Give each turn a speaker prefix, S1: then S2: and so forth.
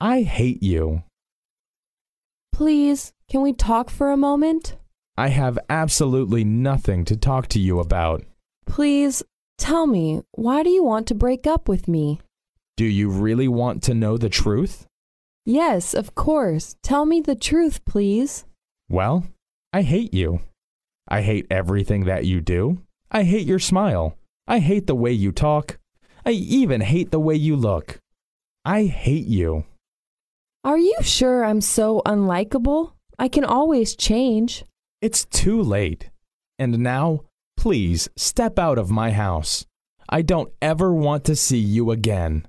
S1: I hate you.
S2: Please, can we talk for a moment?
S1: I have absolutely nothing to talk to you about.
S2: Please, tell me, why do you want to break up with me?
S1: Do you really want to know the truth?
S2: Yes, of course. Tell me the truth, please.
S1: Well, I hate you. I hate everything that you do. I hate your smile. I hate the way you talk. I even hate the way you look. I hate you.
S2: Are you sure I'm so unlikable? I can always change.
S1: It's too late. And now, please step out of my house. I don't ever want to see you again.